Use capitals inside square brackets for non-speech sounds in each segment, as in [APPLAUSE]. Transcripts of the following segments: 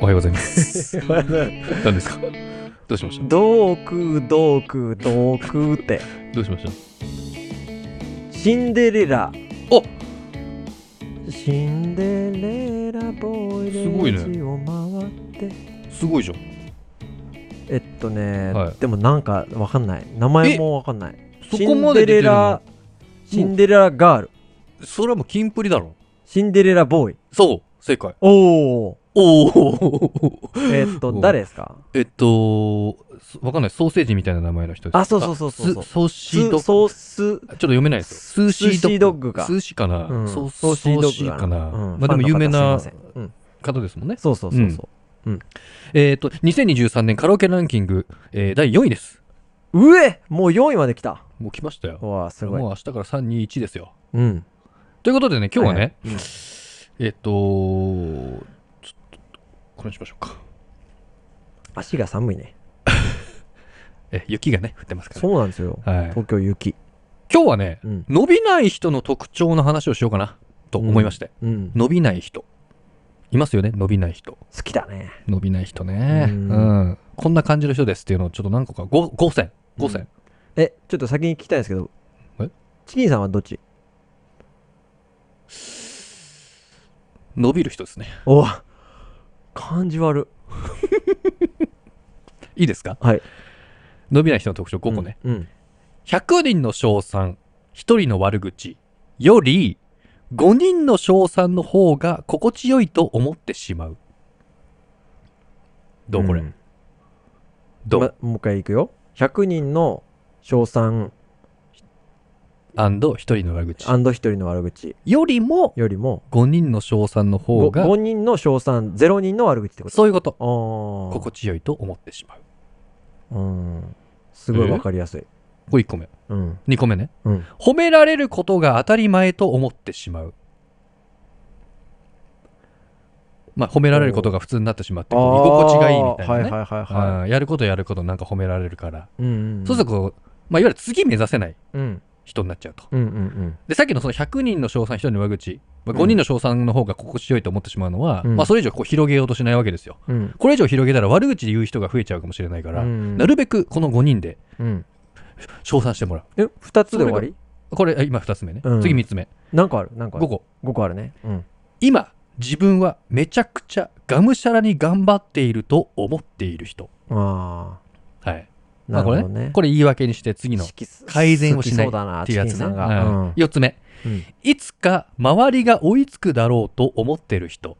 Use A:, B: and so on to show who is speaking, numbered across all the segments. A: はようございます。何ですかどうしま
B: [LAUGHS]
A: した
B: どうくうどうくうどうくうって
A: どうしました
B: シンデレラ
A: お
B: シンデレラボーイレ
A: すごいね
B: ンジを回って、
A: すごいじゃん。
B: えっとね、
A: はい
B: でもなんかわかんない名前もわかんない
A: そこまで出てるの
B: シンデレラシンデレラガール
A: それはもうキンプリだろ。
B: シンデレラボーイ
A: そう、正解。
B: おお
A: おお
B: えっと
A: お
B: 誰ですか
A: えっと、そわかんない。ソーセージみたいな名前の人です。
B: あそうそうそうそうそう
A: あスソーシードッグ。ちょ
B: ス
A: っ
B: ソース
A: と読めないですよ。スーシー
B: スーシードッグか
A: スーシーかな、
B: うん
A: ソ
B: ソーシードッグ
A: ソーシーか
B: か
A: な、
B: うん
A: まあでも有名な
B: ファンの方すいませんうん
A: 方ですもんね。
B: そうそうそうそう、
A: えっと、2023年カラオケランキング、えー第4位です。
B: うえもう4位まで来た
A: もう来ましたよ。
B: わあすごい
A: もう明日から3、2、1ですよ。
B: うん
A: ということでね、今日はね、
B: いはい
A: えっと、ちょっと、これにしましょうか。
B: 足が寒いね
A: [LAUGHS] え、雪がね、降ってますから、
B: そうなんですよ
A: はい。
B: 東京雪
A: 今日はね、
B: うん
A: 伸びない人の特徴の話をしようかな、と思いまして。
B: うん
A: 伸びない人。いますよね、伸びない人。
B: 好きだね
A: 伸びない人ね。う
B: うんん。
A: こんな感じの人ですっていうのをちょっと何個か、5, 5選。5選。
B: えちょっと先に聞きたいんですけど
A: え
B: チキンさんはどっち
A: 伸びる人ですね。
B: お感じ悪
A: いいですか
B: はい
A: 伸びない人の特徴5個ね。
B: うんうん
A: 100人の称賛、1人の悪口より、5人の称賛の方が心地よいと思ってしまう。どうこれ、
B: ん
A: どう、
B: まもう一回いくよ100人の称賛
A: and 1人の悪口。
B: 一人の悪口
A: よりも、
B: よりも
A: 5人の称賛の方
B: 5,
A: が、
B: 人の称賛0人の悪口ってこと
A: そういうこと。
B: ああ
A: 心地よいと思ってしまう。
B: うんすごいわかりやすい
A: これ1個目。
B: うん
A: 2個目ね。
B: うん
A: 褒められることが当たり前と思ってしまう。まあ、褒められることが普通になってしまって、こう居心地がいいみたいなね。
B: あーはいはいはいは
A: あーやることやることなんか褒められるから、
B: いうんん
A: そうするとこう、まあ、いわゆる次目指せない
B: うん
A: 人になっちゃうと
B: うんうんうん
A: でさっきのその100人の称賛1人の上口、まあ、
B: うん
A: 5人の称賛の方が心地よいと思ってしまうのは、
B: うん
A: まあ、それ以上こう広げようとしないわけですよ
B: うん
A: これ以上広げたら悪口で言う人が増えちゃうかもしれないから、
B: うん
A: なるべくこの5人で
B: うん
A: 称賛してもら
B: え2つで終わり
A: うこれあ今2つ目ね、
B: うん
A: 次3つ目
B: 何個ある何個あ
A: 5
B: る
A: 個
B: 5個あるねうん
A: 今自分はめちゃくちゃがむしゃらに頑張っていると思っている人
B: あ
A: はい、
B: あ
A: ま
B: な
A: あ、
B: る
A: こ
B: ほ
A: れ
B: ど
A: ね
B: ね
A: これ言い訳にして次のっ
B: 好きす
A: 改善をしない
B: 好きそうだな
A: ていうやつ
B: チキン
A: ね、
B: さんが
A: う
B: うんん
A: 4つ目
B: うん
A: いつか周りが追いつくだろうと思ってる人。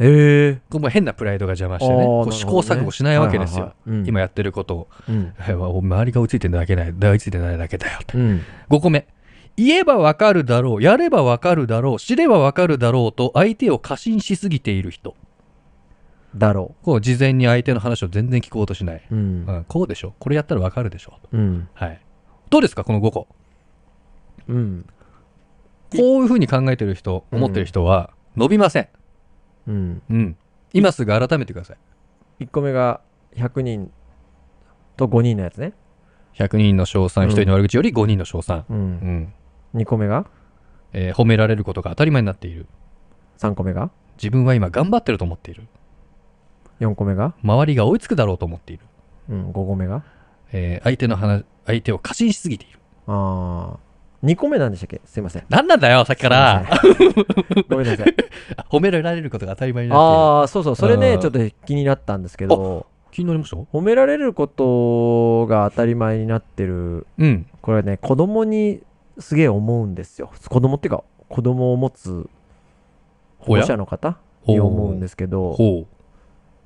B: へえ
A: これも変なプライドが邪魔してね、こう試行錯誤しないわけですよ。今やってることを、
B: うん
A: えお周りが追いついてないだけない、追いついてないだけだよって。
B: うん
A: 5個目。言えばわかるだろう、やればわかるだろう、知ればわかるだろうと相手を過信しすぎている人。
B: だろ
A: こう事前に相手の話を全然聞こうとしない。
B: ううん
A: うん、こうでしょ。これやったらわかるでしょ。
B: うん
A: はい。どうですか、この5個。
B: うん
A: こういうふうに考えてる人、思ってる人は、伸びません。
B: うん
A: うん。今すぐ改めてください。
B: 1個目が100人と5人のやつね、
A: 100人の称賛、
B: うん
A: 1人の悪口より5人の称賛、う
B: う、
A: んん
B: 2個目が
A: えー褒められることが当たり前になっている
B: 3個目が
A: 自分は今頑張ってると思っている
B: 4個目が、
A: 周りが追いつくだろうと思っている、
B: うん、5個目が
A: えー相手の話相手を過信しすぎている
B: あ2個目なんでしたっけすいません
A: 何なんだよさっきから
B: すいませんごめんなさい
A: [LAUGHS] 褒められることが当たり前になって
B: ああそうそうそれ
A: う
B: ね
A: ん
B: ちょっと気になったんですけど
A: いる気になりました
B: 褒められることが当たり前になってる
A: うん
B: これはね子供にすげえ思うんですよ子供っていうか子供を持つ保護者の方に思うんですけど
A: ほ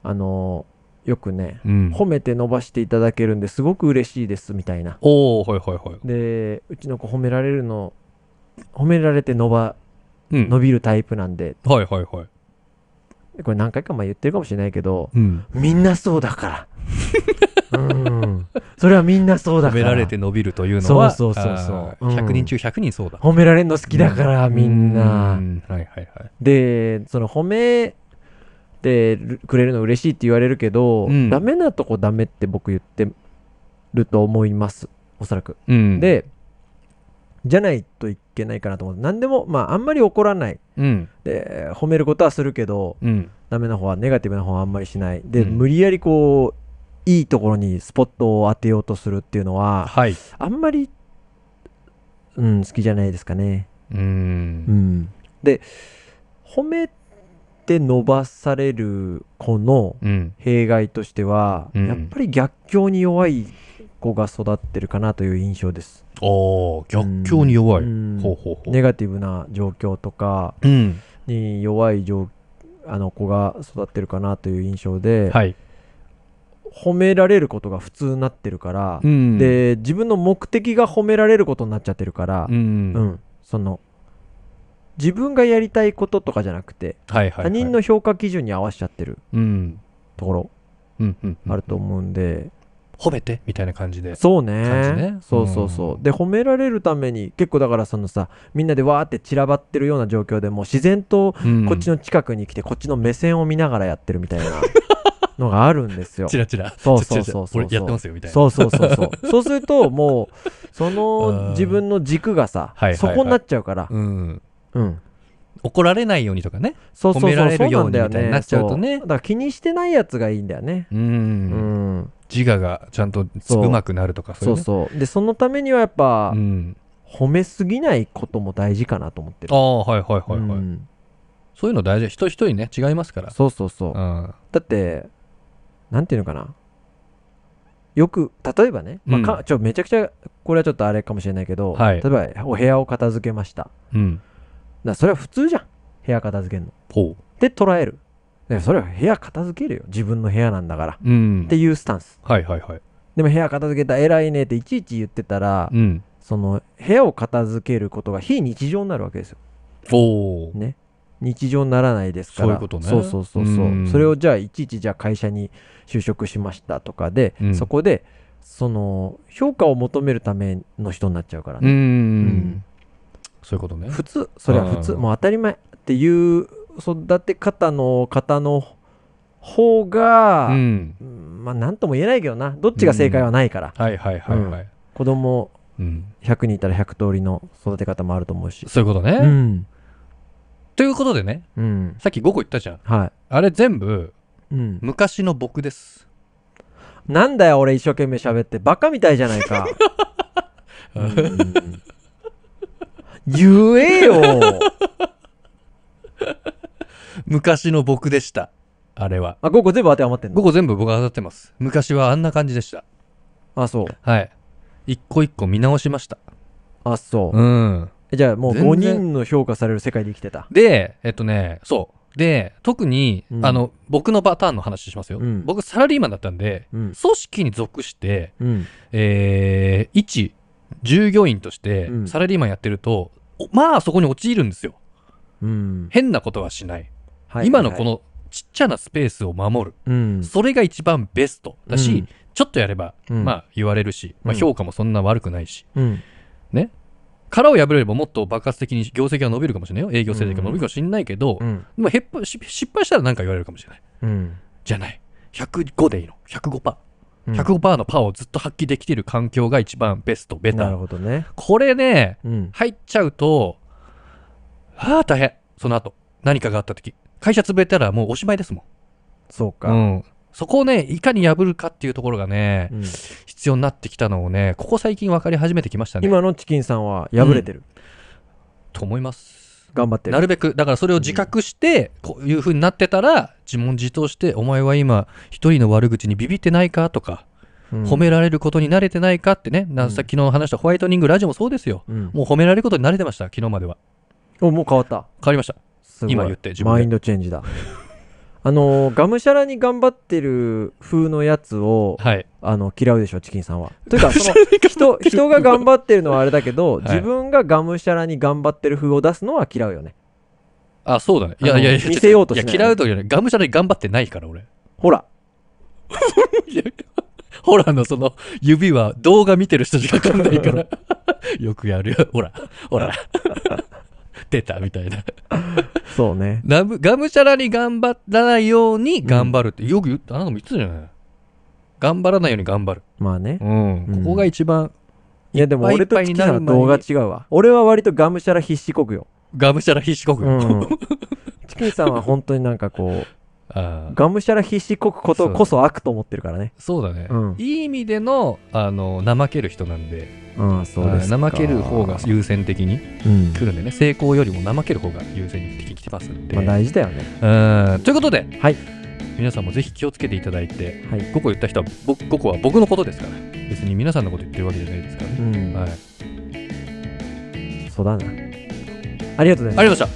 B: あのよくね
A: う、うん、
B: 褒めて伸ばしていただけるんですごく嬉しいですみたいな
A: おおはいはいはい
B: でうちの子褒められるの褒められて伸ば
A: うん
B: 伸びるタイプなんで
A: はいはいはい
B: これ何回か前言ってるかもしれないけど
A: うん
B: みんなそうだからうんそれはみんなそうだ
A: 褒
B: か
A: め
B: ら
A: られて伸びるというのは
B: そうそうそうそう
A: あー
B: うん
A: 100人中100人そうだ
B: 褒められるの好きだからみん
A: う
B: な
A: はいはいはい
B: でその褒めてくれるの嬉しいって言われるけど、
A: うん
B: ダメなとこダメって僕言ってると思いますおそらく
A: うん、
B: で、じゃないといけないかなと思う。何でも、まあ、あんまり怒らない。
A: うん
B: で、褒めることはするけど、
A: うん
B: ダメな方はネガティブな方はあんまりしないで、
A: うん
B: 無理やりこういいところにスポットを当てようとするっていうのは
A: はい。う
B: あんまり、うん、好きじゃないですかね、
A: ー。
B: うんん、で褒めて伸ばされる子の
A: うん。
B: 弊害としては、
A: うん
B: やっぱり逆境に弱い子が育ってるかなという印象です
A: おー、逆境に弱い。
B: うん
A: ほうほうほう。
B: ネガティブな状況とか
A: うん。
B: に弱い状あの子が育ってるかなという印象で、
A: はい。
B: 褒められることが普通になってるから、
A: うん、
B: で自分の目的が褒められることになっちゃってるから
A: う、ん。
B: うんその自分がやりたいこととかじゃなくて
A: はいはい、はい。
B: 他人の評価基準に合わせちゃってる
A: うん、
B: ところ
A: うん、うん。うん
B: あると思うんで、
A: 褒めてみたいな感じで。
B: そうね
A: 感じね
B: そうそうそう、で褒められるために結構だからそのさみんなでわーって散らばってるような状況でも自然と
A: うん
B: こっちの近くに来てこっちの目線を見ながらやってるみたい
A: [LAUGHS]
B: なのがあるんですよ
A: チ。ラチラ。
B: そうそうそう
A: チ
B: そう
A: ラチラ俺やってますよみたいな。
B: そうそうそう
A: [LAUGHS]
B: そう。そうするともうそ
A: うん
B: の自分の軸がさ
A: はいはいはい
B: そこになっちゃうから。
A: うん。
B: うん。
A: 怒られないようにとかね。
B: そうそうそう
A: 褒められるように
B: そなん
A: み
B: だ
A: たいになっちゃうとね
B: そだから気にしてないやつがいいんだよね。
A: うん。
B: うん。
A: 自我がちゃんと
B: そう
A: うまくなるとか、
B: そう
A: う
B: そう。でそのためにはやっぱ
A: いうね。うん。
B: 褒めすぎないことも大事かなと思ってる
A: あ。あ、はいはいはいはい。
B: うん
A: そういうの大事。人一人ね、違いますから。
B: そうそうそう。
A: うん。
B: だってなんていうのかなよく例えばね、まあ
A: う
B: かちょめちゃくちゃこれはちょっとあれかもしれないけど、
A: はい
B: 例えばお部屋を片付けましただか
A: うん。
B: らそれは普通じゃん部屋片付けるの
A: ほ
B: で捉えるでそれは部屋片付けるよ自分の部屋なんだから
A: う。うん
B: って。いうスタンス
A: はいはいはい。
B: でも部屋片付けた偉いねっていちいち言ってたら、
A: うん。
B: その部屋を片付けることが非日常になるわけですよ
A: おー。
B: ね日常にならないですから
A: そういうことね
B: そうそうそうそう
A: うん
B: それをじゃあいちいちじゃあ会社に就職しましたとかで、
A: うん
B: そこでその評価を求めるための人になっちゃうから
A: うん
B: ね、ん
A: そういうことね。
B: 普通それは普通
A: うん
B: もう当たり前っていう育て方の方の方が、
A: うん。
B: うんまあ何とも言えないけどなどっちが正解はないから、
A: はいはいはいはい。
B: 子供
A: うん。
B: 100人いたら100通りの育て方もあると思うし
A: そういうこと
B: う
A: ね。
B: ん
A: ということでね、
B: うん
A: さっき5個言ったじゃん。
B: は
A: あれ全部、
B: い、うん、
A: 昔の僕です。
B: なんだよ、俺一生懸命喋って。バカみたいじゃな
A: [LAUGHS]
B: いか。うん言えよ
A: 昔の僕でした。あれは。
B: あ、5個全部当てはまってん
A: 5
B: の
A: 個全部僕が当たってます。昔はあんな感じでした。
B: あ、そう。
A: はい。一個一個見直しました。
B: あ、そう。
A: うん。
B: えじゃあもう
A: 全
B: 5
A: 然
B: 人の評価される世界で生きてた。
A: で、えっとね、そう。で、特に、
B: うん
A: あの、僕のパターンの話しますよ。
B: うん
A: 僕、サラリーマンだったんで、
B: うん。
A: 組織に属して、
B: うん。
A: えー、一、従業員として
B: う、ん
A: サラリーマンやってると、おまあ、そこに陥るんですよ。
B: うん。
A: 変なことはしない。
B: はいはい
A: 今のこ
B: はい、
A: のちっちゃなスペースを守る。
B: うん。
A: それが一番ベストだし、
B: うん
A: ちょっとやれば、
B: うん
A: まあ言われるし、まあ、
B: うん
A: 評価もそんな悪くないし、
B: うん。
A: 殻を破れればもっと爆発的に業績が伸びるかもしれないよ。営業成績が伸びるかもしれないけど、
B: うん。
A: まあへっぱし失敗したら何か言われるかもしれない。
B: うん。
A: じゃない。105でいいの。105%。
B: うん
A: 105%のパーをずっと発揮できている環境が一番ベスト、ベタ
B: なる
A: ー。
B: ほどね。
A: これね、
B: うん。
A: 入っちゃうと、ああ、大変。その後、何かがあった時。会社潰れたらもうおしまいですもん。
B: そうか。
A: うん、そこをねいかに破るかっていうところがね、
B: うん
A: 必要になってきたのをねここ最近分かり始めてきましたね
B: 今のチキンさんは破れてる。
A: と思います
B: 頑張って
A: な
B: る。
A: るべくだからそれを自覚して、こういう風になってたら自問自答してお前は今一人の悪口にビビってないかとか、
B: うん
A: 褒。められることに慣れてないかってね
B: う
A: なんさっきの話したホワイトニングラジオもそうですよ
B: うん。
A: もう褒められることに慣れてました昨日までは
B: お、もう変わった。
A: 変わりました
B: すごい
A: 今言って自分で
B: マインドチェンジだ [LAUGHS] あのがむしゃらに頑張ってる風のやつを
A: はい
B: あの嫌うでしょチキンさん
A: [LAUGHS]
B: はというかその人人が頑張ってるのはあれだけど、
A: い
B: 自分ががむしゃらに頑張ってる風を出すのは嫌うよね
A: あそうだねいやいやい
B: あ
A: や
B: の見せようとしない
A: いや嫌うとかじゃないがむしゃらに頑張ってないから俺
B: ほら
A: いやホラーのその指は動画見てる人しか分かんないから [LAUGHS] よくやるよほらほら出たみたいな
B: そうね
A: ラムがむしゃらに頑張らないように頑張るって、よく言ったあなたも言ってたじゃない頑張らないように頑張る、
B: まあね
A: うん、ここが一番
B: いやで
A: いっ
B: も
A: ぱい
B: 俺とチキンさん
A: い
B: は
A: っぱいに
B: 動画違うわ俺は割とがむしゃら必死こくよ、
A: がむしゃら必死こく
B: うん、チキンさんは本当になんかこう
A: [LAUGHS] あー
B: がむしゃら必死こくことこそ悪と思ってるからね。
A: [LAUGHS] そうだね、
B: うん
A: いい意味でのあの怠ける人なんで
B: うん、そうですか。
A: あー怠ける方が優先的に
B: うん。
A: 来るんでね成功よりも怠ける方が優先に来てますんで、
B: まあ大事だよね。
A: うんということで、
B: はい
A: 皆さんもぜひ気をつけていただいて
B: はい。
A: 5個言った人は僕5個は僕のことですから別に皆さんのこと言ってるわけじゃないですから
B: う
A: ね、
B: ん。
A: はい、ありがと
B: そうだな。ありがとうございます
A: うございました